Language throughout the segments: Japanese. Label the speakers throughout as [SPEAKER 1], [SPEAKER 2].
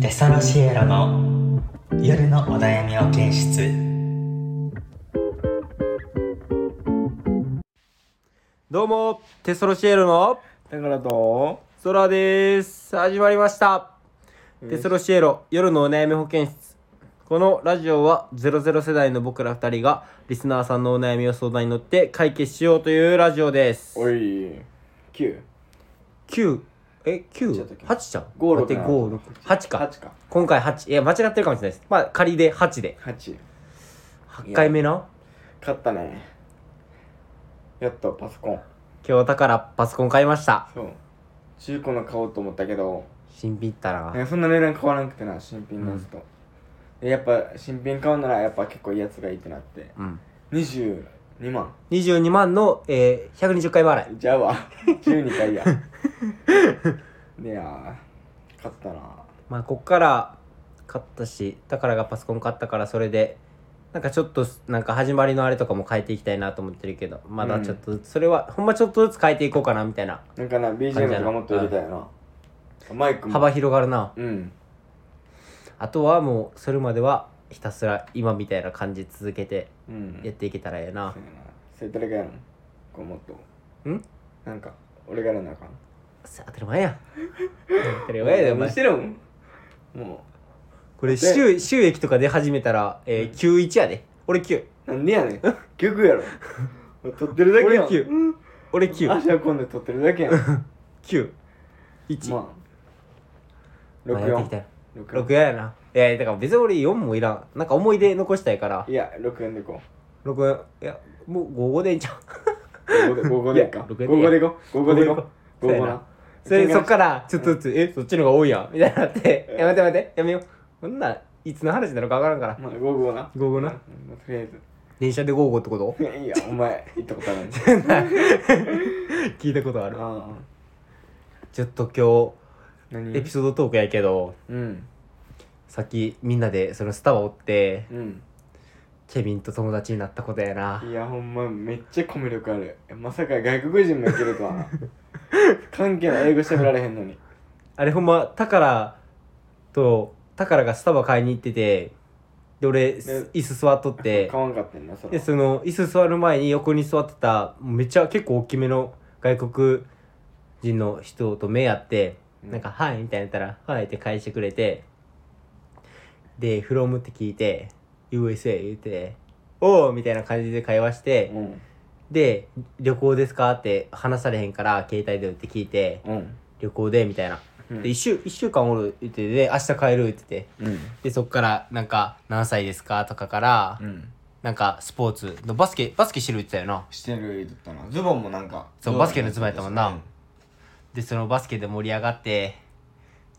[SPEAKER 1] テソロシエロの夜のお悩みを検出
[SPEAKER 2] どうも、テソロシエロの
[SPEAKER 3] だからと
[SPEAKER 2] ソラです。始まりました。テソロシエロ夜のお悩み保健室。このラジオは00世代の僕ら2人がリスナーさんのお悩みを相談に乗って解決しようというラジオです。
[SPEAKER 3] おい九
[SPEAKER 2] 9、え、
[SPEAKER 3] ちょっと
[SPEAKER 2] 9?8 ちゃん
[SPEAKER 3] 五
[SPEAKER 2] 待って
[SPEAKER 3] 六
[SPEAKER 2] 五六8か。
[SPEAKER 3] 八か
[SPEAKER 2] 今回8。いや、間違ってるかもしれないです。まあ仮で8で。
[SPEAKER 3] 八
[SPEAKER 2] 8回目の
[SPEAKER 3] 勝ったねやっとパソコン
[SPEAKER 2] 今日だからパソコン買いました。
[SPEAKER 3] そう中古の買おうと思ったけど
[SPEAKER 2] 新品ったら
[SPEAKER 3] なん。かそんな値段変わらなくてな新品のやつと、でやっぱ新品買うならやっぱ結構いいやつがいいってなって
[SPEAKER 2] うん。
[SPEAKER 3] 22万
[SPEAKER 2] 22万の、えー、120回払い。
[SPEAKER 3] じゃ あわ12回やでや勝ったな
[SPEAKER 2] まあこっから買ったしだからがパソコン買ったからそれでなんかちょっとなんか始まりのあれとかも変えていきたいなと思ってるけどまだちょっと、それはほんまちょっとずつ変えていこうかなみたいな
[SPEAKER 3] なんかな
[SPEAKER 2] 感じ
[SPEAKER 3] BGM
[SPEAKER 2] や
[SPEAKER 3] と
[SPEAKER 2] な
[SPEAKER 3] かもっと入れたよなマイクも
[SPEAKER 2] 幅広がるな
[SPEAKER 3] うん
[SPEAKER 2] あとはもうそれまではひたすら今みたいな感じ続けて
[SPEAKER 3] うん
[SPEAKER 2] やっていけたらええな
[SPEAKER 3] そうやなそれ誰がやるのこうもっと
[SPEAKER 2] ん
[SPEAKER 3] なんか俺がやらなあかん
[SPEAKER 2] さ当たり前やん当たり前やでお前
[SPEAKER 3] してるもんも
[SPEAKER 2] これ収収益とか出始めたら、えー、91やで俺9
[SPEAKER 3] うなんでやねん曲やろもう撮ってるだけ
[SPEAKER 2] 俺
[SPEAKER 3] やん
[SPEAKER 2] 9俺9
[SPEAKER 3] 足運んで撮ってるだけやんま
[SPEAKER 2] 91
[SPEAKER 3] あ
[SPEAKER 2] まあやっていきた
[SPEAKER 3] 64
[SPEAKER 2] い6ややな。いや、だから別に俺4もいらん。なんか思い出残したいから
[SPEAKER 3] い。や64でいこ
[SPEAKER 2] 6、いや、もう5、5でいいんち ゃう。
[SPEAKER 3] う55でいこう
[SPEAKER 2] いや六
[SPEAKER 3] 55でいこう55でいこう
[SPEAKER 2] そうや
[SPEAKER 3] 55
[SPEAKER 2] な
[SPEAKER 3] な
[SPEAKER 2] それそっから、ちょっとずつ、え、そっちの方が多いやん。みたいになって、
[SPEAKER 3] う ん
[SPEAKER 2] いや、待って待って、やめよう。こんなん、いつの話なのかわからんから。
[SPEAKER 3] まあ55な
[SPEAKER 2] 55な
[SPEAKER 3] うんとりあえず
[SPEAKER 2] 電車で55ってこと
[SPEAKER 3] いやお前行ったことあるん
[SPEAKER 2] 聞いたことあ
[SPEAKER 3] あ
[SPEAKER 2] る。
[SPEAKER 3] あ
[SPEAKER 2] ちょっと
[SPEAKER 3] 何
[SPEAKER 2] 今日、エピソードトークやけど、
[SPEAKER 3] うん
[SPEAKER 2] さっきみんなでそのスタバおって、
[SPEAKER 3] うん
[SPEAKER 2] ケビンと友達になったことやな。
[SPEAKER 3] いやほんまめっちゃコミュ力あるまさか外国人もいけると はな関係ない英語喋られへんのに
[SPEAKER 2] あれほんま、タカラと、タカラがスタバ買いに行ってて、で、俺、椅子座っとって
[SPEAKER 3] 買、わんかったんなそ
[SPEAKER 2] で、
[SPEAKER 3] れ
[SPEAKER 2] その、椅子座る前に横に座ってた、めっちゃ結構大きめの外国人の人と目合って、
[SPEAKER 3] うん
[SPEAKER 2] なんか、はい、みたいになったら、はいって返してくれて、で、フロムって聞いて、USA 言って、おーみたいな感じで会話して、
[SPEAKER 3] うん
[SPEAKER 2] で、旅行ですかって話されへんから、携帯で打って聞いて、
[SPEAKER 3] うん
[SPEAKER 2] 旅行で、みたいな。
[SPEAKER 3] うん
[SPEAKER 2] で1週一週間おる言っててで明日帰るって言って
[SPEAKER 3] うん
[SPEAKER 2] でそっからなんか何歳ですかとかから、
[SPEAKER 3] うん
[SPEAKER 2] なんかスポーツのバスケバスケしてるって言ってたよな
[SPEAKER 3] してる言うとったなズボンもなんか
[SPEAKER 2] そうバスケのズボンやったもんな
[SPEAKER 3] うん
[SPEAKER 2] でそのバスケで盛り上がって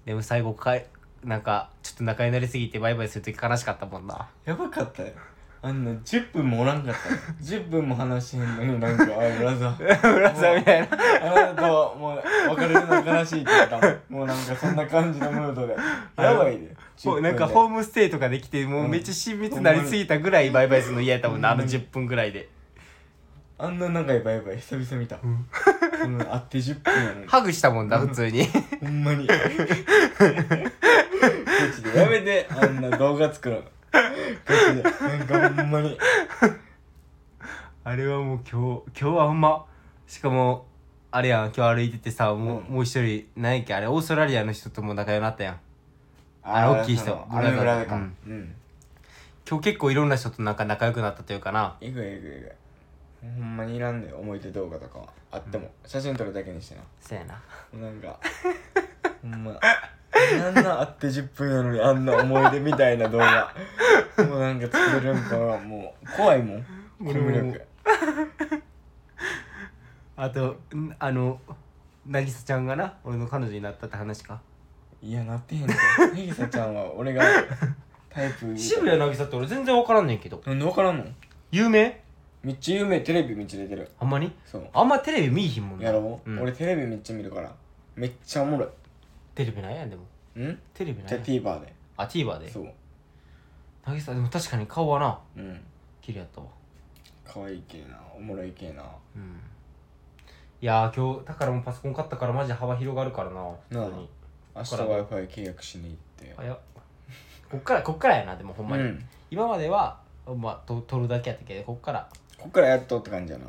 [SPEAKER 2] でも最後かいなんかちょっと仲良くなりすぎてバイバイする時悲しかったもんな
[SPEAKER 3] やばかったよあんな10分もおらんかったよ10分も話してへんのになんか「あブラ ザー
[SPEAKER 2] ブラザーみたいな
[SPEAKER 3] あなたともう別れるの悲しい」って言ったもんもうなんかそんな感じのムードでやばいで
[SPEAKER 2] もうなんか
[SPEAKER 3] 10分で
[SPEAKER 2] ホームステイとかできてもうめっちゃ親密になりすぎたぐらいバイバイするの嫌やったもんなあの10分ぐらいで
[SPEAKER 3] あんな長いバイバイ久々見た。そんな会って10分やのに。
[SPEAKER 2] ハグしたもんな普通に
[SPEAKER 3] ほんまに。マジでやめて、あんな動画作ろう。ガチで。なんかほんまに。
[SPEAKER 2] あれはもう今日今日はほんましかもあれやん今日歩いててさもう,、
[SPEAKER 3] うん
[SPEAKER 2] もう一人何やっけあれオーストラリアの人とも仲良くなったやんあ
[SPEAKER 3] の
[SPEAKER 2] 大きい人
[SPEAKER 3] そのあれ村でか。
[SPEAKER 2] う
[SPEAKER 3] うんん。
[SPEAKER 2] 今日結構いろんな人となんか仲良くなったというかな
[SPEAKER 3] えぐいえぐいえぐい。ほんまにいらんで、思い出動画とかはあっても。写真撮るだけにしてな。
[SPEAKER 2] そうやな
[SPEAKER 3] なんか、ほんま。あんな会って10分やのにあんな思い出みたいな動画。もうなんか作れるんかな。もう怖いもん。コミ
[SPEAKER 2] 俺も
[SPEAKER 3] ュ力。
[SPEAKER 2] あとんあの渚ちゃんがな俺の彼女になったって話か
[SPEAKER 3] いやなってへんてネギサちゃんは俺がタイプ
[SPEAKER 2] 渋谷渚って俺全然分からんねんけど
[SPEAKER 3] なんで分からんの
[SPEAKER 2] 有名
[SPEAKER 3] めっちゃ有名テレビめっちゃ出てる
[SPEAKER 2] あんまり
[SPEAKER 3] そう
[SPEAKER 2] あんまテレビ見いひんもんな
[SPEAKER 3] やろう、
[SPEAKER 2] ん、
[SPEAKER 3] 俺テレビめっちゃ見るからめっちゃおもろ
[SPEAKER 2] テレビないやんでも
[SPEAKER 3] いん
[SPEAKER 2] テレビない
[SPEAKER 3] じゃ
[SPEAKER 2] や
[SPEAKER 3] あ
[SPEAKER 2] ん
[SPEAKER 3] TVer で
[SPEAKER 2] あ TVer で
[SPEAKER 3] そう
[SPEAKER 2] 渚でも確かに顔はな
[SPEAKER 3] うん
[SPEAKER 2] 綺麗やったわ
[SPEAKER 3] 可愛い系なおもろい系な
[SPEAKER 2] うんいやー今日だからもうパソコン買ったからマジで幅広がるからな
[SPEAKER 3] なあ
[SPEAKER 2] 本当に
[SPEAKER 3] 明日 w i f i 契約しに行っって
[SPEAKER 2] あいやこっからこっからやなでもほんまに、
[SPEAKER 3] うん
[SPEAKER 2] 今まではまあと取るだけやったけどこっから
[SPEAKER 3] こっからやっとって感じやな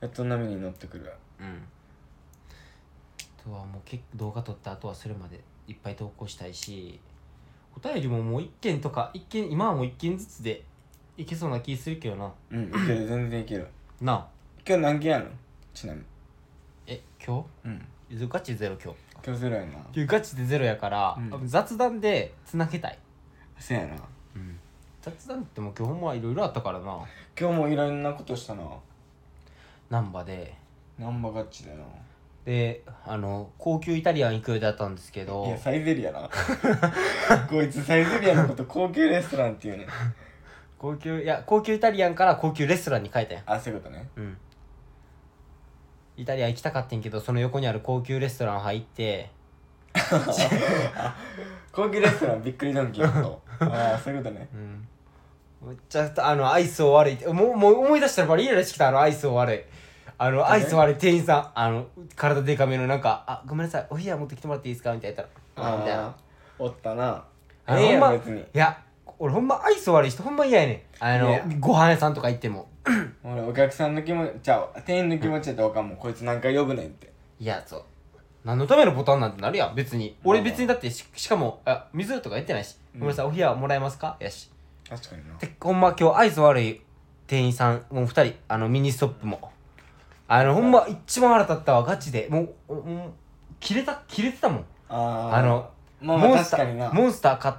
[SPEAKER 3] やっと波に乗ってくる
[SPEAKER 2] うんあとはもう結構動画撮った後はそれまでいっぱい投稿したいしお便りももう1件とか一件今はもう1件ずつでいけそうな気するけどな
[SPEAKER 3] うん いける全然いける
[SPEAKER 2] なあ
[SPEAKER 3] 今日何件やのちなみに
[SPEAKER 2] え今
[SPEAKER 3] うん
[SPEAKER 2] 日ガチゼロ今日
[SPEAKER 3] 今日ゼロやな
[SPEAKER 2] 今日ガチでゼロやから、
[SPEAKER 3] うん
[SPEAKER 2] 雑談でつなげたい、
[SPEAKER 3] せやな
[SPEAKER 2] 雑談ってもう今日ほんまいろいろあったからな
[SPEAKER 3] 今日もいろんなことしたな
[SPEAKER 2] 難波で
[SPEAKER 3] ナンバガッチだよ
[SPEAKER 2] であの高級イタリアン行く予定だったんですけど
[SPEAKER 3] ないやサイゼリアな こいつサイゼリアのこと高級レストランっていうね
[SPEAKER 2] 高級いや高級イタリアンから高級レストランに変えたやん
[SPEAKER 3] あそういうことね
[SPEAKER 2] うんイタリア行きたかってんけどその横にある高級レストラン入って
[SPEAKER 3] 高級レストランびっくりドンキー のことああそういうことね
[SPEAKER 2] うんめっちゃあのアイスを悪いもうもう思い出したらバリイライラしてきたあのアイスを悪いあのアイス悪い店員さんあの体でかめのなんか「あごめんなさいお部屋持ってきてもらっていいですか?」みたいな言ったら「あみたいな
[SPEAKER 3] あーおったな
[SPEAKER 2] あの
[SPEAKER 3] ええ
[SPEAKER 2] ほん
[SPEAKER 3] やん
[SPEAKER 2] ま
[SPEAKER 3] 別に
[SPEAKER 2] いや俺ほんまアイス悪い人ほんま嫌やねんあ
[SPEAKER 3] い
[SPEAKER 2] の
[SPEAKER 3] や
[SPEAKER 2] ご飯屋さんとか行っても
[SPEAKER 3] 俺お客さんの気持ちじゃあ店員の気持ちやったらおかんもこいつ何回呼ぶねんって
[SPEAKER 2] いやそう何のためのボタンなんてなるやん別に
[SPEAKER 3] まあ
[SPEAKER 2] 俺別にだってししかもあ水とか言ってないし、
[SPEAKER 3] うん
[SPEAKER 2] ごめんなさいお部屋もらえますかやし
[SPEAKER 3] 確かにな
[SPEAKER 2] でほんま今日アイス悪い店員さんもう2人あのミニストップもあのほんま一番腹立ったわガチでもうもう切れた切れてたもん
[SPEAKER 3] あー
[SPEAKER 2] あの
[SPEAKER 3] まあまあ
[SPEAKER 2] モンス
[SPEAKER 3] 確
[SPEAKER 2] タ
[SPEAKER 3] かにな
[SPEAKER 2] ーモンスター買っ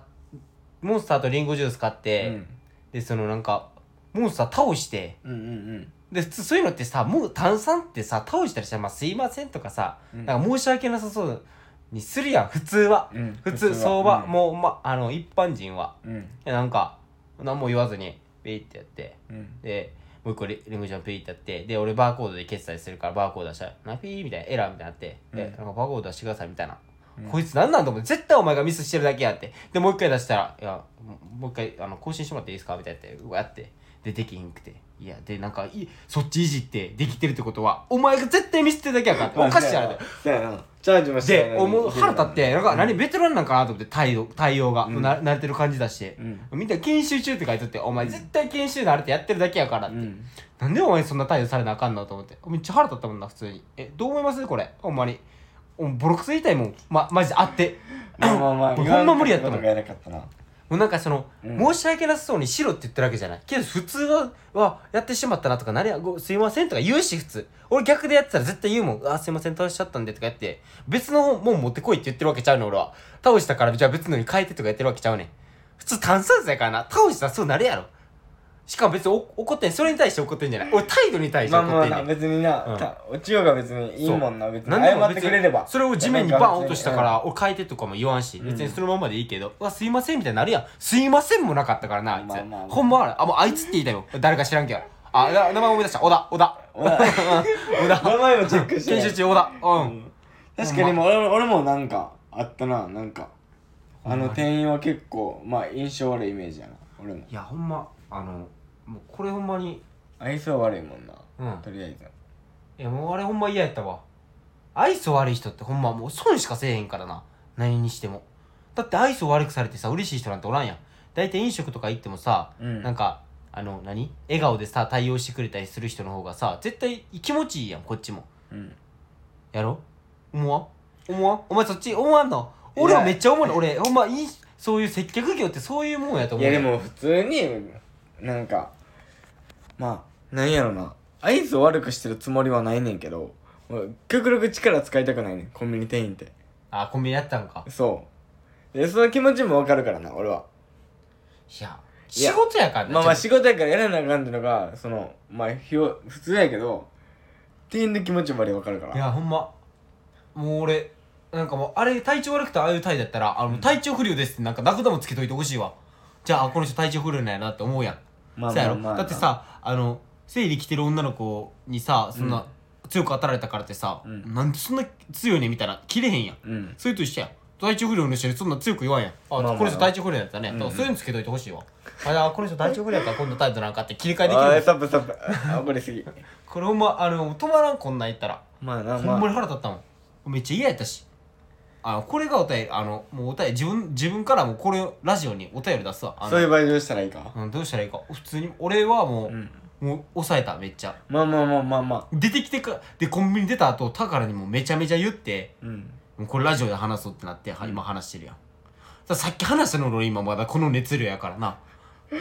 [SPEAKER 2] モンスターとリンゴジュース買って、
[SPEAKER 3] うん
[SPEAKER 2] でそのなんかモンスター倒して
[SPEAKER 3] うんうん
[SPEAKER 2] で普通そういうのってさもう炭酸ってさ倒したりしたら「まあ、すいません」とかさ、
[SPEAKER 3] うん
[SPEAKER 2] なんか申し訳なさそうにするやん普通は、
[SPEAKER 3] うん
[SPEAKER 2] 普通相場、もう、ま、あの一般人は
[SPEAKER 3] うんうん
[SPEAKER 2] いやなんか何も言わずにピーってやって
[SPEAKER 3] うん
[SPEAKER 2] でもう一個リリングジャンピーってやってで俺バーコードで決済するからバーコード出したら「ナピー」みたいなエラーみたいになって「で
[SPEAKER 3] うん
[SPEAKER 2] なんかバーコード出してください」みたいな。
[SPEAKER 3] うん
[SPEAKER 2] こいつ何なんだもん絶対お前がミスしてるだけやってでもう一回出したら「いやももう一回あの更新してもらっていいですか?」みたいなやってうわってでできひんくていやでなんかいそっちいじってできてるってことはお前が絶対ミスってるだけやからっておかしいやろって
[SPEAKER 3] そうやなチャージもしてない
[SPEAKER 2] で
[SPEAKER 3] のに
[SPEAKER 2] 思う腹立ってなんか
[SPEAKER 3] うん
[SPEAKER 2] 何ベテランなんかなと思って態度対応が、
[SPEAKER 3] うん
[SPEAKER 2] な慣れてる感じだして
[SPEAKER 3] う、ん
[SPEAKER 2] みんな研修中って書いとってお前絶対研修慣れてやってるだけやからっ
[SPEAKER 3] う
[SPEAKER 2] て、
[SPEAKER 3] ん
[SPEAKER 2] なんでお前そんな態度されなあかんのと思ってめっちゃ腹立ったもんな普通にえどう思いますこれほんまにおボロクソ言いたいもんまマジであって
[SPEAKER 3] まあまあまあ
[SPEAKER 2] 僕ほんま無理やったもん
[SPEAKER 3] 言わんかったことが偉かっ
[SPEAKER 2] もうなんかその、
[SPEAKER 3] うん
[SPEAKER 2] 申し訳なさそうにしろって言ってるわけじゃないけど普通はわやってしまったなとか「なりゃごすいません」とか言うし普通俺逆でやってたら絶対言うもん「あすいません倒しちゃったんで」とかやって別のもん持ってこいって言ってるわけちゃうねん俺は倒したからじゃあ別のに変えてとかやってるわけちゃうねん普通炭酸水やからな倒したらそうなるやろしかも別にお怒ってんそれに対して怒ってんじゃない俺態度に対して
[SPEAKER 3] な
[SPEAKER 2] 怒
[SPEAKER 3] まあま
[SPEAKER 2] ってんね、
[SPEAKER 3] あなん別にな
[SPEAKER 2] うん
[SPEAKER 3] た落ちようが別にいいもんな別に
[SPEAKER 2] 何でも
[SPEAKER 3] 謝ってくれれば
[SPEAKER 2] それを地面にバン落としたか
[SPEAKER 3] うん
[SPEAKER 2] ら俺変えてとかも言わんし別にそのままでいいけど「うわすいません」みたいになるやん「すいません」もなかったからなあいつ
[SPEAKER 3] まあまあまあ
[SPEAKER 2] ほんまはあもうあいつって言いたいよ誰か知らんけどあな名前思い出した小田小田
[SPEAKER 3] お前
[SPEAKER 2] 小田
[SPEAKER 3] 名前もチェックしてない
[SPEAKER 2] 研修中小田うん
[SPEAKER 3] 確かにもう俺も俺もなんかあったななんかあの店員は結構まあ印象悪いイメージやな俺も
[SPEAKER 2] いやほんまあのもうこれほんまに
[SPEAKER 3] 愛想悪いもんな、
[SPEAKER 2] うん
[SPEAKER 3] とりあえず
[SPEAKER 2] いやもうあれほんま嫌やったわ愛想悪い人ってほんまもう損しかせえへんからな何にしてもだって愛想悪くされてさ嬉しい人なんておらんやん大体飲食とか行ってもさ、
[SPEAKER 3] うん
[SPEAKER 2] なんかあの何笑顔でさ対応してくれたりする人の方がさ絶対気持ちいいやんこっちも
[SPEAKER 3] うん
[SPEAKER 2] やろ思わん思わんお前そっち思わんの俺はめっちゃ思うの俺ほんまいいそういう接客業ってそういうもんやと思
[SPEAKER 3] い
[SPEAKER 2] う
[SPEAKER 3] や
[SPEAKER 2] い
[SPEAKER 3] でも普通になんかまあなんやろな愛想悪くしてるつもりはないねんけど俺極力力使いたくないねんコンビニ店員って
[SPEAKER 2] あコンビニやったんか
[SPEAKER 3] そうでその気持ちもわかるからな俺はい
[SPEAKER 2] や
[SPEAKER 3] い
[SPEAKER 2] 仕
[SPEAKER 3] や
[SPEAKER 2] 事やからな
[SPEAKER 3] まあまあ
[SPEAKER 2] ち
[SPEAKER 3] 仕事やからやらなあかんってのがそのまあひよ普通やけど店員の気持ちまでわかるから
[SPEAKER 2] いやほんまもう俺なんかもうあれ体調悪くてああいう態度やったらあの体調不良ですってなんか名札もつけといてほしいわじゃああこの人体調不良なんやなって思うやん、
[SPEAKER 3] まあ
[SPEAKER 2] そう
[SPEAKER 3] ま
[SPEAKER 2] や
[SPEAKER 3] あ
[SPEAKER 2] ろ、
[SPEAKER 3] まあ
[SPEAKER 2] だってさあの生理来てる女の子にさそん
[SPEAKER 3] うん
[SPEAKER 2] な強く当たられたからってさ、
[SPEAKER 3] うん
[SPEAKER 2] なんでそんな強いねみたいな切れへんやん
[SPEAKER 3] うん
[SPEAKER 2] それと一緒やん体調不良の人にそんな強く言わんやんあ、
[SPEAKER 3] まあまあ
[SPEAKER 2] この人体調不良やったね、
[SPEAKER 3] うん
[SPEAKER 2] だからそういうのつけといてほしいわあじゃあこの人体調不良やから今度態度なんかって切り替えでき
[SPEAKER 3] あー
[SPEAKER 2] る
[SPEAKER 3] ストップストップあ暴れすぎ
[SPEAKER 2] これほんまあの止まらんこんなん言ったら
[SPEAKER 3] まあな
[SPEAKER 2] ほんまに
[SPEAKER 3] ま
[SPEAKER 2] 腹立ったもんめっちゃ嫌やったしあこれがお便りあのもうお便り自分自分からもうこれラジオにお便り出すわあの
[SPEAKER 3] そういう場合どうしたらいいか
[SPEAKER 2] うん、どうしたらいいか普通に俺はもう、
[SPEAKER 3] うん
[SPEAKER 2] もう抑えためっちゃ
[SPEAKER 3] まあまあまあまあま
[SPEAKER 2] 出てきてからでコンビニ出た後タカラにもめちゃめちゃ言って
[SPEAKER 3] あうん
[SPEAKER 2] もうこれラジオで話そうってなって、は今話してるやんささっき話したの俺今まだこの熱量やからな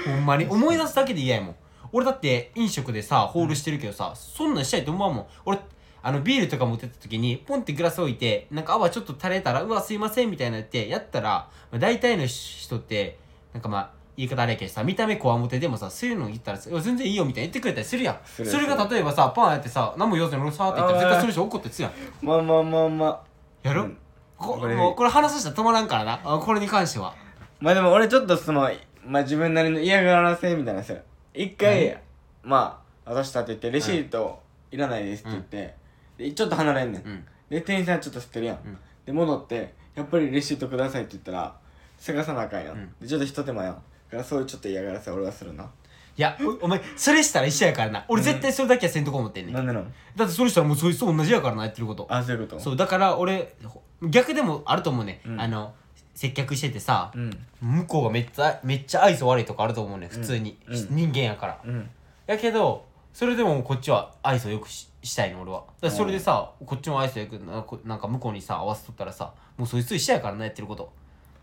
[SPEAKER 2] ほんまに思い出すだけで嫌やもん俺だって飲食でさホールしてるけどさ、そんなんしたいと思わんもん俺あのビールとか持ってた時にポンってグラス置いてなんか泡ちょっと垂れたら「うわすいません」みたいなやってやったら、まあ、大体の人ってなんかまあ言い方あれやけどさ見た目こわもてでもさそういうの言ったらさ「いや全然いいよ」みたいな言ってくれたりするやん
[SPEAKER 3] する
[SPEAKER 2] それが例えばさパンやってさ何も言わずに俺さーって言ったら絶対その人怒ってつやん
[SPEAKER 3] まあまあまあまあ
[SPEAKER 2] やろ、
[SPEAKER 3] うん
[SPEAKER 2] こ
[SPEAKER 3] これ
[SPEAKER 2] もうこれ話したら止まらんからなあこれに関しては
[SPEAKER 3] まあでも俺ちょっとそのまあ自分なりの嫌がらせみたいなさ一回、
[SPEAKER 2] はい
[SPEAKER 3] まあ渡したって言ってレシートいらないですって言って、でちょっと離れんねん、
[SPEAKER 2] うん
[SPEAKER 3] で店員さんちょっと捨てるやん、
[SPEAKER 2] ん
[SPEAKER 3] で戻ってやっぱりレシートくださいって言ったら探さなあかんやん、
[SPEAKER 2] ん
[SPEAKER 3] でちょっとひと手間やんだからそういうちょっと嫌がらせ俺はするない
[SPEAKER 2] やおお前それしたら一緒やからな俺絶対それだけはせんとこ思ってんねん、
[SPEAKER 3] なんでなの
[SPEAKER 2] だってそれしたらもうそいつと同じやからなやってること
[SPEAKER 3] あそういうこと
[SPEAKER 2] そうだから俺ほ逆でもあると思うね、
[SPEAKER 3] うん
[SPEAKER 2] あの接客しててさ、
[SPEAKER 3] うん
[SPEAKER 2] 向こうがめっちゃめっちゃ愛想悪いとかあると思うねん普通に、
[SPEAKER 3] うん
[SPEAKER 2] 人間やから
[SPEAKER 3] うん
[SPEAKER 2] やけどそれでもこっちは愛想よくししたいの俺はだからそれでさ、こっちも愛想よくなこなんか向こうにさ合わせとったらさもうそいつと一緒やからなやってること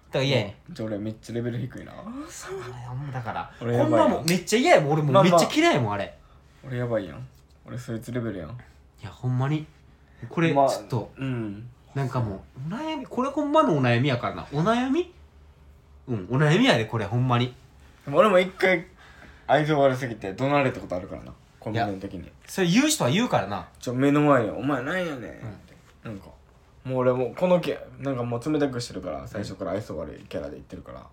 [SPEAKER 2] だから嫌やねん
[SPEAKER 3] じゃあ俺めっちゃレベル低いな
[SPEAKER 2] あんまだからほ
[SPEAKER 3] 俺や
[SPEAKER 2] ん
[SPEAKER 3] ばい
[SPEAKER 2] ま
[SPEAKER 3] な
[SPEAKER 2] もうめっちゃ嫌やもん俺
[SPEAKER 3] ま
[SPEAKER 2] も
[SPEAKER 3] あ
[SPEAKER 2] めっ
[SPEAKER 3] まあ
[SPEAKER 2] ちゃ嫌いやもんあれ
[SPEAKER 3] 俺やばいやん俺そいつレベルやん
[SPEAKER 2] いやほんまにこれち
[SPEAKER 3] ま
[SPEAKER 2] ょ
[SPEAKER 3] あ
[SPEAKER 2] っと
[SPEAKER 3] うん
[SPEAKER 2] なんかもうお悩みこれほんまのお悩みやからなお悩みうんお悩みやでこれほんまに
[SPEAKER 3] でも俺も一回愛想悪すぎて怒鳴られたことあるからなコンビニの時に
[SPEAKER 2] それ言う人は言うからな
[SPEAKER 3] ちょ目の前に「お前なんやねん」ってなんかもう俺もうこのキャなんかもう冷たくしてるから最初から愛想悪いキャラで言ってるからも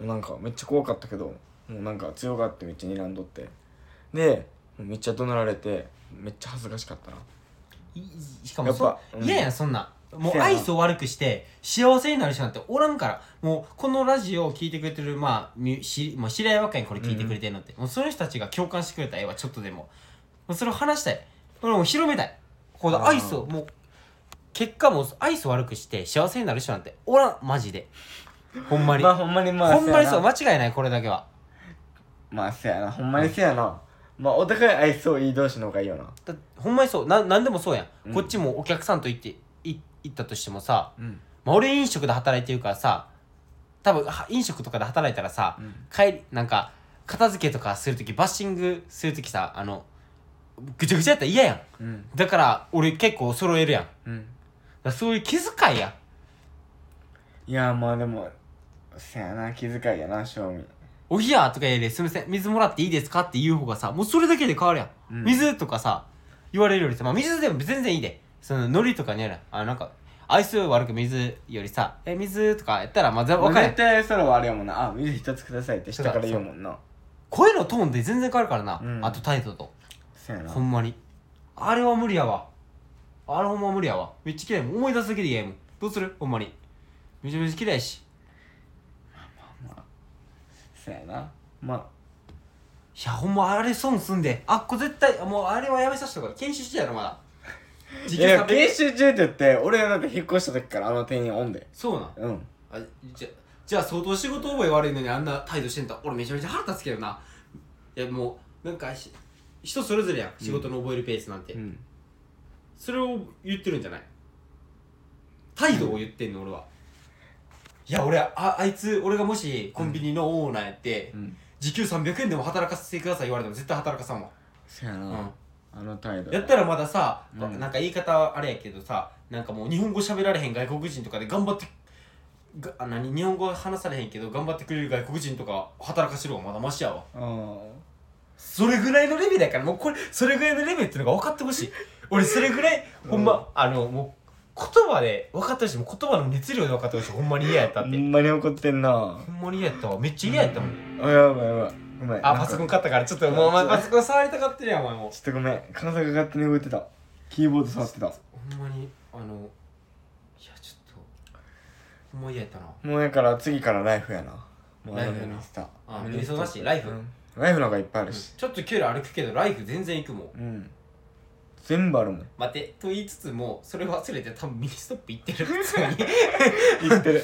[SPEAKER 3] うなんかめっちゃ怖かったけどもうなんか強がってめっちゃ睨んどってでもうめっちゃ怒鳴られてめっちゃ恥ずかしかったない
[SPEAKER 2] しかもそ
[SPEAKER 3] やっぱうん
[SPEAKER 2] 嫌ややんそんなんも
[SPEAKER 3] せ
[SPEAKER 2] う
[SPEAKER 3] やな
[SPEAKER 2] 愛想悪くして幸せになる人なんておらんからもうこのラジオを聞いてくれてる、まあ、みしまあ知り合いばっかりにこれ聞いてくれてるのって、もうその人たちが共感してくれたらええわちょっとでももうそれを話したい俺もう広めたいこ
[SPEAKER 3] あ
[SPEAKER 2] の
[SPEAKER 3] ー
[SPEAKER 2] 愛想もう結果もう愛想悪くして幸せになる人なんておらんマジでほんまに、
[SPEAKER 3] まあほんまにまあ
[SPEAKER 2] ほんまに
[SPEAKER 3] せ
[SPEAKER 2] そ
[SPEAKER 3] や
[SPEAKER 2] う
[SPEAKER 3] な
[SPEAKER 2] 間違いないこれだけは
[SPEAKER 3] まあせやなほんまにせやなまあお互い愛想いい同士の方がいいよな
[SPEAKER 2] だほんまにそうななんでもそうやん、
[SPEAKER 3] うん
[SPEAKER 2] こっちもお客さんと行ってい行ったとしてもさ、
[SPEAKER 3] うん
[SPEAKER 2] まあ、俺飲食で働いてるからさ多分は飲食とかで働いたらさ、
[SPEAKER 3] うん
[SPEAKER 2] 帰りなんか片付けとかする時バッシングする時さあのぐちゃぐちゃやったら嫌やん
[SPEAKER 3] うん
[SPEAKER 2] だから俺結構揃えるやんだか
[SPEAKER 3] うん
[SPEAKER 2] らそういう気遣いやん
[SPEAKER 3] いやまあでもせやな気遣いやな正味
[SPEAKER 2] 「おぎや」とか言えですみません水もらっていいですか?」って言う方がさもうそれだけで変わるやん、
[SPEAKER 3] うん
[SPEAKER 2] 水とかさ言われるよりさ、まあ、水でも全然いいでその海苔とかにあるあなんか愛想悪く水よりさ「え水」とかやったらまあ
[SPEAKER 3] まあ
[SPEAKER 2] 分かるやん
[SPEAKER 3] 絶対それはあれやもんなあ水一つくださいって下から言うもんな
[SPEAKER 2] 声のトーンで全然変わるからな、
[SPEAKER 3] うん
[SPEAKER 2] あと態度と
[SPEAKER 3] せやな
[SPEAKER 2] ほんまにあれは無理やわあれほんま無理やわめっちゃ嫌いもん思い出すだけで嫌やもんどうするほんまにめちゃめちゃ嫌いし
[SPEAKER 3] せやなまあ
[SPEAKER 2] いやほんまあれ損すんであっこ絶対もうあれはやめさせたから研修してやろまだ時
[SPEAKER 3] いや研修中って言って俺なんか引っ越した時からあの店員おんで
[SPEAKER 2] そうなん
[SPEAKER 3] うん
[SPEAKER 2] あじゃじゃあ相当仕事覚え悪いのにあんな態度してんだ俺めちゃめちゃ腹立つけどないやもうなんかし人それぞれやん仕事の覚えるペースなんて、
[SPEAKER 3] うん
[SPEAKER 2] それを言ってるんじゃない態度を言ってんの俺はいや俺ああいつ俺がもしコンビニのオーナーやって、
[SPEAKER 3] うん
[SPEAKER 2] 時給300円でも働かせてください言われても絶対働かさんわ、
[SPEAKER 3] せや
[SPEAKER 2] うん
[SPEAKER 3] なあの態度
[SPEAKER 2] やったらまださ、
[SPEAKER 3] うん
[SPEAKER 2] なんか言い方はあれやけどさなんかもう日本語喋られへん外国人とかで頑張ってがあ何日本語は話されへんけど頑張ってくれる外国人とか働かしてる方がまだマシやわ
[SPEAKER 3] うん
[SPEAKER 2] それぐらいのレベルだからもうこれそれぐらいのレベルっていうのが分かってほしい俺それぐらい、ほんまあのもう言葉で分かってほしいもう言葉の熱量で分かってほしいほんまに嫌やった
[SPEAKER 3] ほ
[SPEAKER 2] って、
[SPEAKER 3] んまに怒ってんな
[SPEAKER 2] ほんまに嫌やったわめっちゃ嫌やったもん、
[SPEAKER 3] あやばいやばいごめん
[SPEAKER 2] あ
[SPEAKER 3] なんか
[SPEAKER 2] パソコン買ったからちょっともうお前パソコン触りたかってるやんお前もう
[SPEAKER 3] ちょっとごめん監督が勝手に動いてたキーボード触ってた
[SPEAKER 2] ほんまにあのいやちょっとほんま嫌やったな
[SPEAKER 3] もうやから次からライフやなもうあの
[SPEAKER 2] ライフやな
[SPEAKER 3] ミニスタ
[SPEAKER 2] あ
[SPEAKER 3] ミニスタ
[SPEAKER 2] 忙しいライフ
[SPEAKER 3] うんライフの方がいっぱいあるし
[SPEAKER 2] ちょっと距離歩くけどライフ全然行くもん
[SPEAKER 3] うん全部あるもん
[SPEAKER 4] 待ってと言いつつもそれ忘れて多分ミニストップ行ってる普通に
[SPEAKER 3] 言って る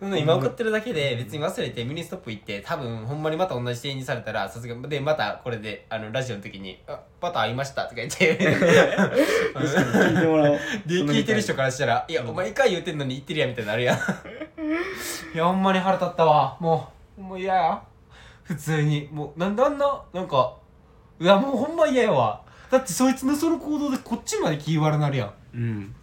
[SPEAKER 4] うん今送ってるだけで別に忘れてミニストップ行って多分ほんまにまた同じ店員にされたらさすがでまたこれであのラジオの時に「あまた会いました」とか言って
[SPEAKER 3] 聞いてもらおう
[SPEAKER 4] で聞いてる人からしたら「いやお前一回言うてんのに言ってるやん」みたいにな るやんいやほんまに腹立ったわもうもう嫌や普通にもうなんであんななんかいやもうほんま嫌やわだってそいつのその行動でこっちまで気悪なるやん
[SPEAKER 3] うん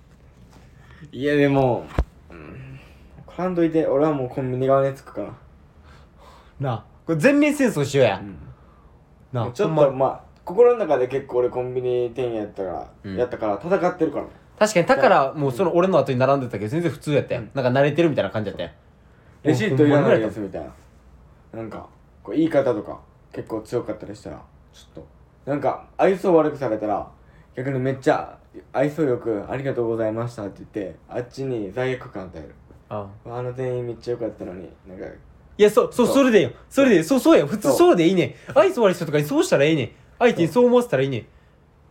[SPEAKER 3] いやでも、うん、絡んどいて俺はもうコンビニ側につくから
[SPEAKER 2] なあこれ全面戦争しようや、
[SPEAKER 3] ん
[SPEAKER 2] なあ
[SPEAKER 3] ちょっ
[SPEAKER 2] ほん
[SPEAKER 3] と
[SPEAKER 2] ま
[SPEAKER 3] まあ心の中で結構俺コンビニ店員やったから、
[SPEAKER 4] うん
[SPEAKER 3] やったから戦ってるから
[SPEAKER 2] 確かにだからもうその俺の後に並んでたけど全然普通やったよ、
[SPEAKER 3] うん
[SPEAKER 2] なんか慣れてるみたいな感じやったよ
[SPEAKER 3] レシートいらないやつみたいななんかこう言い方とか結構強かったりしたらちょっとなんか愛想悪くされたら逆にめっちゃ愛想よく「ありがとうございました」って言ってあっちに罪悪感与える
[SPEAKER 2] ああ
[SPEAKER 3] あの店員めっちゃ良かったのになんか
[SPEAKER 2] いや、そう、そう、
[SPEAKER 3] そう
[SPEAKER 2] それでよ。それで、そう、そうや。普
[SPEAKER 3] そ
[SPEAKER 2] 通
[SPEAKER 3] う
[SPEAKER 2] そうでいいねん。愛想悪い人とかにそうしたらいいねん。相手にそう思わせたらいいねん。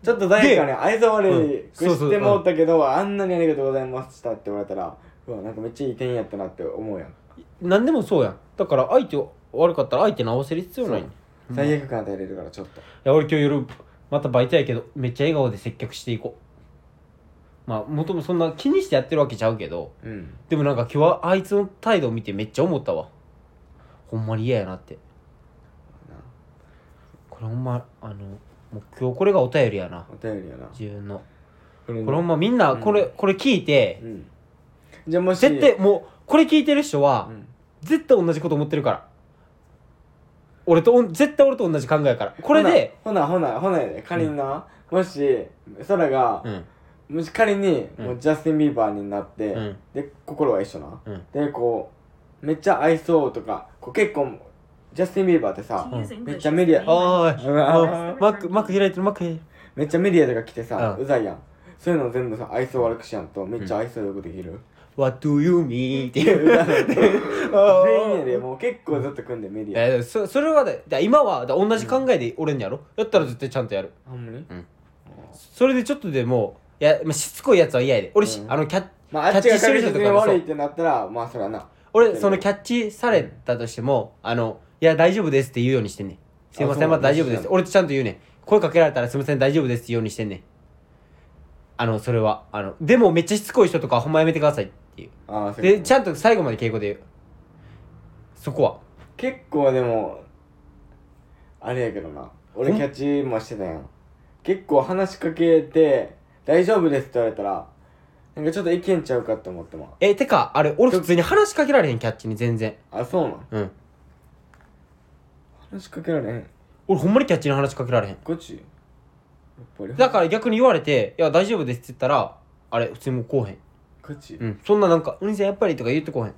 [SPEAKER 3] ちょっと罪悪感ね愛想悪
[SPEAKER 2] うん
[SPEAKER 3] く
[SPEAKER 2] そうそう
[SPEAKER 3] してもうたけど、あんなにありがとうございましたって言われたらうわなんかめっちゃいい店員やったなって思うやん
[SPEAKER 2] 何でもそうやん。だから、相手悪かったら相手直せる必要ないねん。い
[SPEAKER 3] 罪悪感与えれるからちょっと
[SPEAKER 2] や、俺今日夜、またバイトやけど、めっちゃ笑顔で接客していこう。まあ、もともそんな気にしてやってるわけちゃうけど、
[SPEAKER 3] うん
[SPEAKER 2] でもなんか今日はあいつの態度を見てめっちゃ思ったわ。ほんまに嫌やなって。これほんま、あの、もう今日これがお便りやな。
[SPEAKER 3] お便りやな
[SPEAKER 2] 自分の。
[SPEAKER 3] これ
[SPEAKER 2] これほんまみんな、これ、
[SPEAKER 3] う
[SPEAKER 2] これ聞いて
[SPEAKER 3] う、んじゃあもし
[SPEAKER 2] 絶対もう、これ聞いてる人は、
[SPEAKER 3] うん
[SPEAKER 2] 絶対同じこと思ってるから俺とおん絶対俺と同じ考えやからこれで
[SPEAKER 3] ほなほなほなやで仮にな、もし空が、
[SPEAKER 2] ん
[SPEAKER 3] もし仮に、
[SPEAKER 2] うん
[SPEAKER 3] もうジャスティン・ビーバーになって、
[SPEAKER 2] うん
[SPEAKER 3] で心は一緒な、
[SPEAKER 2] うん
[SPEAKER 3] でこうめっちゃ愛想とかこう結構ジャスティン・ビーバーってさ、
[SPEAKER 2] うん
[SPEAKER 3] めっちゃメディア
[SPEAKER 2] おー
[SPEAKER 3] う
[SPEAKER 2] い
[SPEAKER 3] わ
[SPEAKER 2] マックマック開いてるマック開いて
[SPEAKER 3] めっちゃメディアとか来てさ、
[SPEAKER 2] う
[SPEAKER 3] うんざいやんそういうの全部さ愛想悪くしやんとめっちゃ愛想よくできる、
[SPEAKER 2] る What do you mean? っていう
[SPEAKER 3] 全員やでもう結構ずっと組んでメディア、
[SPEAKER 2] えそそれはだだ今はだ同じ考えで俺にやろやったら絶対ちゃんとやる
[SPEAKER 3] あんまり
[SPEAKER 2] それでちょっとでもいやまあしつこいやつは嫌やで俺し、
[SPEAKER 3] うん
[SPEAKER 2] あのキャッ
[SPEAKER 3] まああっちが確
[SPEAKER 2] キャッ
[SPEAKER 3] 実
[SPEAKER 2] チしてる人と
[SPEAKER 3] に
[SPEAKER 2] かもそう
[SPEAKER 3] 悪いってなったらまあそれはな
[SPEAKER 2] 俺そのキャッチされたとしても、あの「いや大丈夫です」って言うようにしてんねん「すいませ
[SPEAKER 3] あそ
[SPEAKER 2] ん
[SPEAKER 3] う
[SPEAKER 2] また大丈夫です
[SPEAKER 3] 知」らん
[SPEAKER 2] 俺とちゃんと言うねん声かけられたら「すいません大丈夫です」って言うようにしてんねんあのそれはあのでもめっちゃしつこい人とかはほんまやめてくださいっていう
[SPEAKER 3] ああそうい
[SPEAKER 2] で
[SPEAKER 3] うこと
[SPEAKER 2] ちゃんと最後まで敬語で言うそこは
[SPEAKER 3] 結構でもあれやけどな俺
[SPEAKER 2] ほん
[SPEAKER 3] キャッチもしてたやん結構話しかけて「大丈夫です」って言われたらなんかちょっと意見ちゃうかって思っても
[SPEAKER 2] えてかあれ俺普通に話しかけられへんキャッチに全然
[SPEAKER 3] あそうなん
[SPEAKER 2] うん
[SPEAKER 3] 話しかけられへん
[SPEAKER 2] 俺ほんまにキャッチに話しかけられへん
[SPEAKER 3] ゴチやっぱり
[SPEAKER 2] だから逆に言われて「いや大丈夫です」って言ったらあれ普通にもうこうへん
[SPEAKER 3] ゴチ、
[SPEAKER 2] うん、そんななんか「お兄さんやっぱり」とか言ってこへん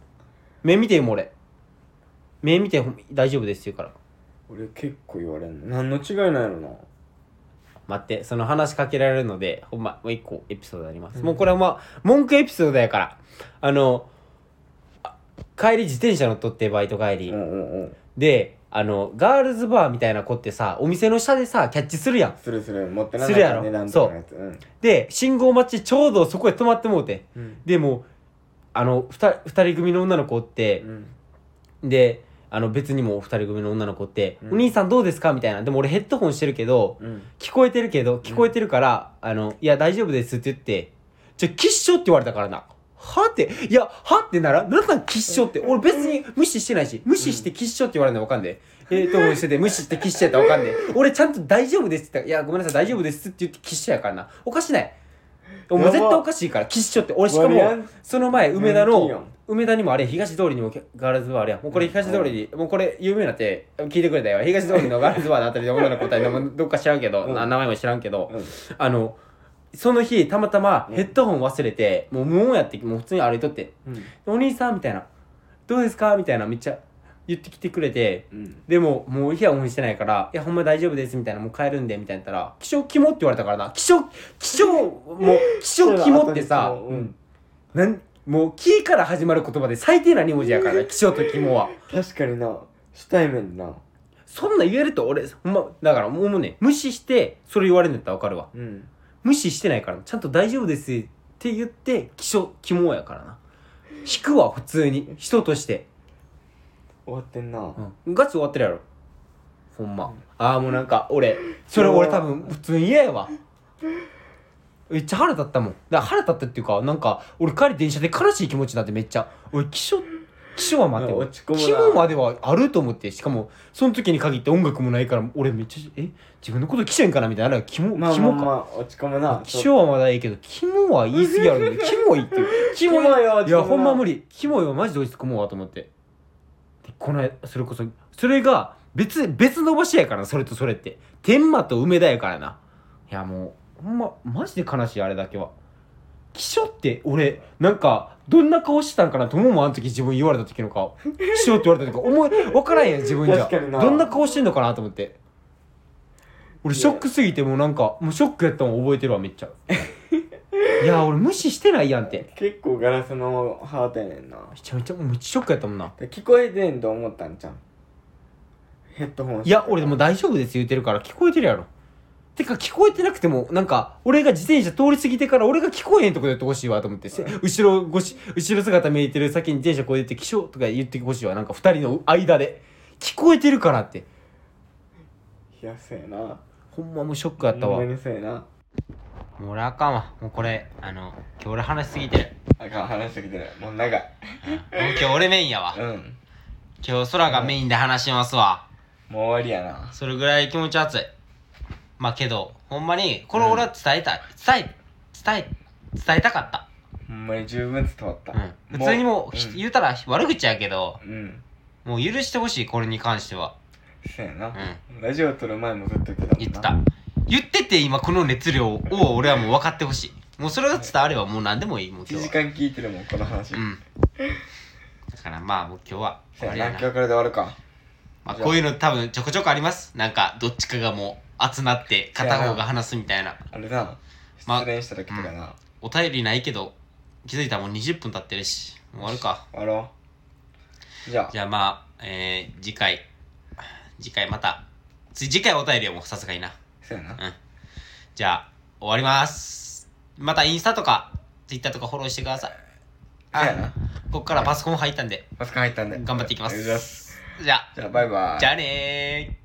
[SPEAKER 2] 目見てよもう俺目見てほん大丈夫ですって言うから
[SPEAKER 3] 俺結構言われんの何の違いなんやろな
[SPEAKER 2] 待ってその話しかけられるのでほんまもう一個エピソードあります、もうこれはまあ文句エピソードやからあのあ帰り自転車乗っとってバイト帰り、
[SPEAKER 3] うんうんうん
[SPEAKER 2] であのガールズバーみたいな子ってさお店の下でさキャッチするやん
[SPEAKER 3] するする持ってな
[SPEAKER 2] するやろ
[SPEAKER 3] 値段とかのやつうん
[SPEAKER 2] で信号待ちちょうどそこへ止まってもうて
[SPEAKER 3] うん
[SPEAKER 2] でもうあの 2, 二人組の女の子って、
[SPEAKER 3] うん
[SPEAKER 2] であの別にもお二人組の女の子って「
[SPEAKER 3] うん
[SPEAKER 2] お兄さんどうですか?」みたいなでも俺ヘッドホンしてるけど
[SPEAKER 3] うん
[SPEAKER 2] 聞こえてるけど聞こえてるから「あのいや大丈夫です」って言って「じゃあキッショって言われたからな。はって、いや、はってなら、皆さん、キッショって、俺別に無視してないし、無視してキッショって言われるのわかんねえ。ええと思いしてて、無視してキッショやったらわかんねえ。俺ちゃんと大丈夫ですって言ったら、いや、ごめんなさい、大丈夫ですって言ってキッショやからな。おかしない。お前
[SPEAKER 3] やば
[SPEAKER 2] 絶対おかしいから、キッショって。俺しか
[SPEAKER 3] 割り合
[SPEAKER 2] も
[SPEAKER 3] ん、
[SPEAKER 2] その前、梅田
[SPEAKER 3] うんいいや
[SPEAKER 2] の
[SPEAKER 3] ん、
[SPEAKER 2] 梅田にもあれ東通りにもガールズバーあれやんもうこれ東通りに、もうこれ有名になって聞いてくれたよ東通りのガールズバーのあたりで俺らの答え名前どっか知らんけど、
[SPEAKER 3] うん
[SPEAKER 2] な名前も知らんけど、
[SPEAKER 3] うん
[SPEAKER 2] あのその日たまたま
[SPEAKER 3] うん
[SPEAKER 2] ヘッドホン忘れて、もう無音やってもう普通に歩いとって
[SPEAKER 3] うん
[SPEAKER 2] 「お兄さん」みたいな「どうですか?」みたいなめっちゃ言ってきてくれて
[SPEAKER 3] うん
[SPEAKER 2] でももうイヤホンしてないから「いやほんま大丈夫です」みたいな「もう帰るんで」みたいな言ったら「気象キモ」って言われたからな「気象気象もう気象キモ」ってさ、
[SPEAKER 3] うん
[SPEAKER 2] なんもう「キ」から始まる言葉で最低な2文字やからね気象とキモは
[SPEAKER 3] 確かにな初対面でな
[SPEAKER 2] そんなん言えると俺ほんまだからもうね無視してそれ言われるんだったら分かるわ
[SPEAKER 3] うん
[SPEAKER 2] 無視してないからなちゃんと大丈夫ですって言って気象気もやからな引くわ普通に人として、
[SPEAKER 3] 終わってんな、
[SPEAKER 2] うん、ガチ終わってるやろほんま、ああもうなんか俺それ俺多分普通に嫌やわめっちゃ腹立ったもんだから腹立ったっていうかなんか俺帰り電車で悲しい気持ちになってめっちゃ俺気象気象は待てよ
[SPEAKER 3] 落ち込むな
[SPEAKER 2] 気象まではあると思ってしかもその時に限って音楽もないから俺めっちゃえ自分のこと気象やんかなみたいなあれキモ、
[SPEAKER 3] まあ
[SPEAKER 2] キ
[SPEAKER 3] まあ
[SPEAKER 2] モ
[SPEAKER 3] ま
[SPEAKER 2] か
[SPEAKER 3] あ落ち込むな
[SPEAKER 2] 気象はまだいいけどキモは言い過ぎやろ キモいっていうキ
[SPEAKER 3] キモいよ
[SPEAKER 2] いやほんま無
[SPEAKER 3] 理
[SPEAKER 2] 理キモいはマジで落ち込むわと思ってでこの間それこそそれが別別の場所やからなそれとそれって天満と梅田やからないやもうほんまマジで悲しいあれだけは気象って俺なんかどんな顔してたんかなと思うもんあの時自分言われた時の顔気象って言われた時思い分からんやん自分じゃ
[SPEAKER 3] 確かにな
[SPEAKER 2] どんな顔してんのかなと思って俺ショックすぎてもうなんかもうショックやったもん覚えてるわめっ ちゃいや俺無視してないやんって
[SPEAKER 3] 結構ガラスのハートやねんな
[SPEAKER 2] めちゃめちゃもうめっちゃショックやったもんな
[SPEAKER 3] で聞こえてんと思ったんじゃんヘッドホンして
[SPEAKER 2] いや俺でも大丈夫です言ってるから聞こえてるやろてか聞こえてなくてもなんか俺が自転車通り過ぎてから俺が聞こえへんとこでやってほしいわと思ってせ後ろ越し後ろ姿見えてる先に自転車こうやって気象とか言ってほしいわなんか二人の間で聞こえてるからって
[SPEAKER 3] いやそうやな
[SPEAKER 2] ほんまもうショックやったわ
[SPEAKER 3] ほん
[SPEAKER 2] も
[SPEAKER 3] まにそうやな
[SPEAKER 2] う俺あかんわもうこれあの今日俺話しすぎてる
[SPEAKER 3] あかん話してきてないもう長い
[SPEAKER 2] もう今日俺メインやわ
[SPEAKER 3] うん
[SPEAKER 2] 今日空がメインで話しますわ
[SPEAKER 3] もう終わりやな
[SPEAKER 2] それぐらい気持ち熱いまあけどほんまにこれ俺は伝えたい、伝え伝え伝えたかった
[SPEAKER 3] ほんまに十分伝わった、
[SPEAKER 2] うん、普通にもう、ひ言うたら悪口やけど
[SPEAKER 3] うん、うん、
[SPEAKER 2] もう許してほしいこれに関しては
[SPEAKER 3] そうやな、
[SPEAKER 2] う
[SPEAKER 3] ラジオ撮る前もずっと言ってたもんな
[SPEAKER 2] 言ってた言ってて今この熱量を俺はもう分かってほしいもうそれが伝わればもう何でもいいもう
[SPEAKER 3] 1
[SPEAKER 2] 今日
[SPEAKER 3] 時
[SPEAKER 2] は
[SPEAKER 3] 間聞いてるもんこの話、
[SPEAKER 2] うんだからまあもう今日は
[SPEAKER 3] そ
[SPEAKER 2] 終
[SPEAKER 3] う
[SPEAKER 2] わり
[SPEAKER 3] や
[SPEAKER 2] や
[SPEAKER 3] な今
[SPEAKER 2] な
[SPEAKER 3] 日からで終わるか
[SPEAKER 2] まあ、こういうの多分ちょこちょこありますなんかどっちかがもう集なって片方が話すみたいな
[SPEAKER 3] あれな
[SPEAKER 2] ま
[SPEAKER 3] 失恋した時とかな、
[SPEAKER 2] お便りないけど気づいたらもう20分経ってるしもう終わるか
[SPEAKER 3] 終わろうじゃあ
[SPEAKER 2] じゃあまあ、えー、次回次回またつ次回お便りはもうさすがにな
[SPEAKER 3] そうやな
[SPEAKER 2] じゃあ、終わります。またインスタとか、ツイッターとかフォローしてください。
[SPEAKER 3] そうやな
[SPEAKER 2] ここからパソコン入ったんで、
[SPEAKER 3] マスカン入ったんで
[SPEAKER 2] 頑張っていきま。
[SPEAKER 3] ありがとうございます
[SPEAKER 2] じゃあ、
[SPEAKER 3] じゃあバイバイ
[SPEAKER 2] じゃあねー。